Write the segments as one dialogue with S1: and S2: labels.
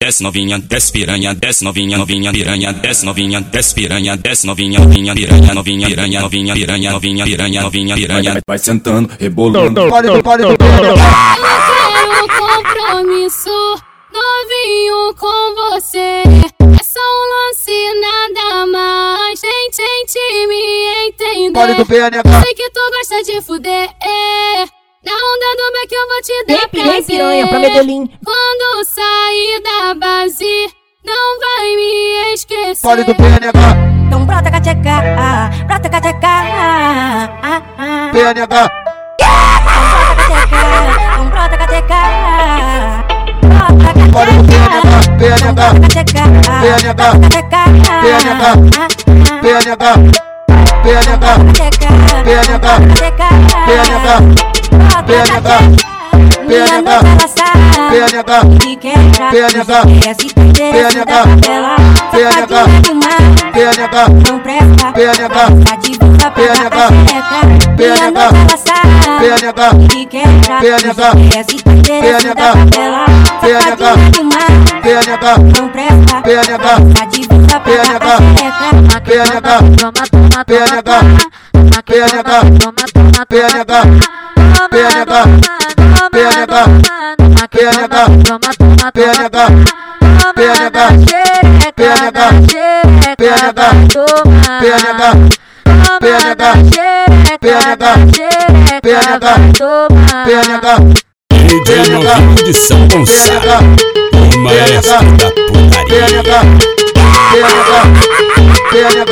S1: desce novinha, desce piranha, desce novinha, novinha, piranha, desce novinha, desce piranha, desce novinha, novinha, piranha, novinha, piranha, novinha, piranha, novinha, piranha, novinha, piranha.
S2: Vai sentando, rebolando.
S3: pode, pode,
S4: quero compromisso novinho com você. É só um lance, nada mais. Tem gente me
S3: pode do
S4: entender.
S3: PNH.
S4: Sei que tu gosta de fuder. é. Na onda do beck eu vou te dar
S5: Vem, pi- vem
S4: prazer.
S5: piranha pra Medellín.
S4: Quando sair da base, não vai me esquecer.
S3: Pode do PNH.
S5: Então brota cateca,
S3: ah,
S5: brota cateca,
S3: PNH.
S5: então brota cateca, brota cateca,
S3: Pode do PNH. PNH.
S5: cateca,
S3: PNH. PNH. PNH. PNH. ah, PNH. ah, PNH. ah, PNH. PNH. PNH. PNH. PNH. PNH.
S5: Não presta,
S3: PNH.
S5: tá de bunda pra
S3: PNH.
S5: cá, xereca. Minha
S3: PNH.
S5: nova ela sabe
S3: PNH.
S5: que quebra,
S3: PNH.
S5: esquece, interessa da favela.
S3: PNH.
S5: Safadinha do mar,
S3: PNH.
S5: não presta,
S3: PNH.
S5: tá de bunda pra cá,
S3: PNH.
S5: xereca.
S3: PNH. PNH. PNH. PNH. PNH. PNH. PNH. PNH. PNH. PNH. PNH. PNH. PNH. PNH. PNH. PNH.
S6: DJ novinho de São Gonçalo, o maestro da putaria.
S3: PNH. PNH.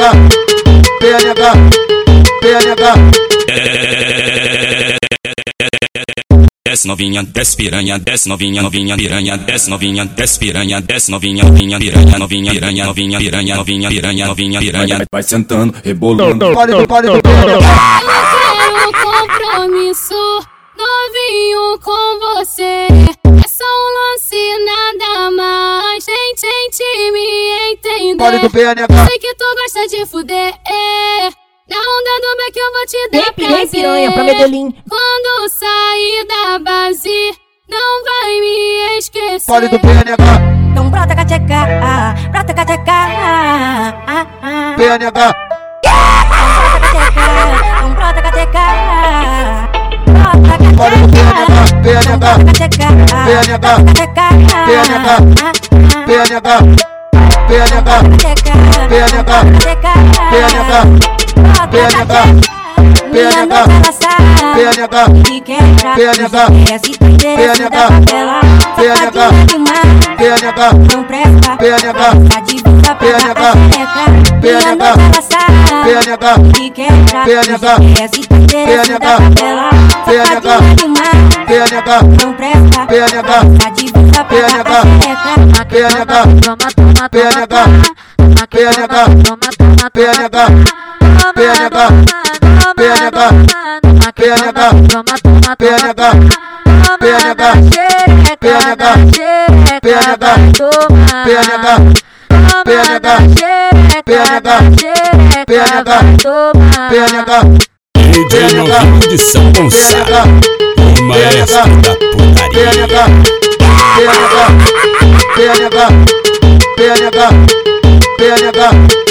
S3: PNH. PNH.
S1: Desce novinha, desce piranha, desce novinha, novinha, piranha, desce novinha, desce piranha, desce novinha, novinha, piranha, novinha, piranha, novinha, piranha, novinha, piranha, novinha, piranha.
S2: Vai- Vai sentando, rebolando.
S3: Pode do pode do PNH.
S4: quero compromisso novinho com você. É só um lance, nada mais. Tem gente me
S3: Pode do
S4: entender.
S3: PNH.
S4: Sei que tu gosta de fuder. é. Na onda do beck eu vou te dar
S5: Vem, pi- vem
S4: prazer.
S5: piranha pra Medellín.
S4: Quando sair da base, não vai me esquecer.
S3: Pode do PNH.
S5: Então brota cateca, brota cateca,
S3: PNH.
S5: então brota cateca, brota cateca,
S3: Pode do PNH. PNH.
S5: cateca,
S3: PNH.
S5: cateca,
S3: PNH. PNH. PNH. PNH. PNH. PNH. PNH. PNH. PNH. PNH. PNH.
S5: Não presta,
S3: PNH.
S5: tá de bunda pra
S3: PNH.
S5: cá, xereca.
S3: PNH.
S5: Minha nova safada,
S3: PNH.
S5: que quebra,
S3: PNH.
S5: esquece, interessa da favela.
S3: PNH.
S5: Safadinha do mar,
S3: PNH.
S5: não presta,
S3: PNH.
S5: tá de bunda pra cá, xereca.
S3: PNH. PNH. PNH. PNH. PNH. PNH. PNH. PNH. PNH. PNH. PNH. PNH. PNH. PNH. PNH.
S6: DJ novinho de São Gonçalo, o maestro da putaria.
S3: PNH. PNH. PNH. PNH. PNH.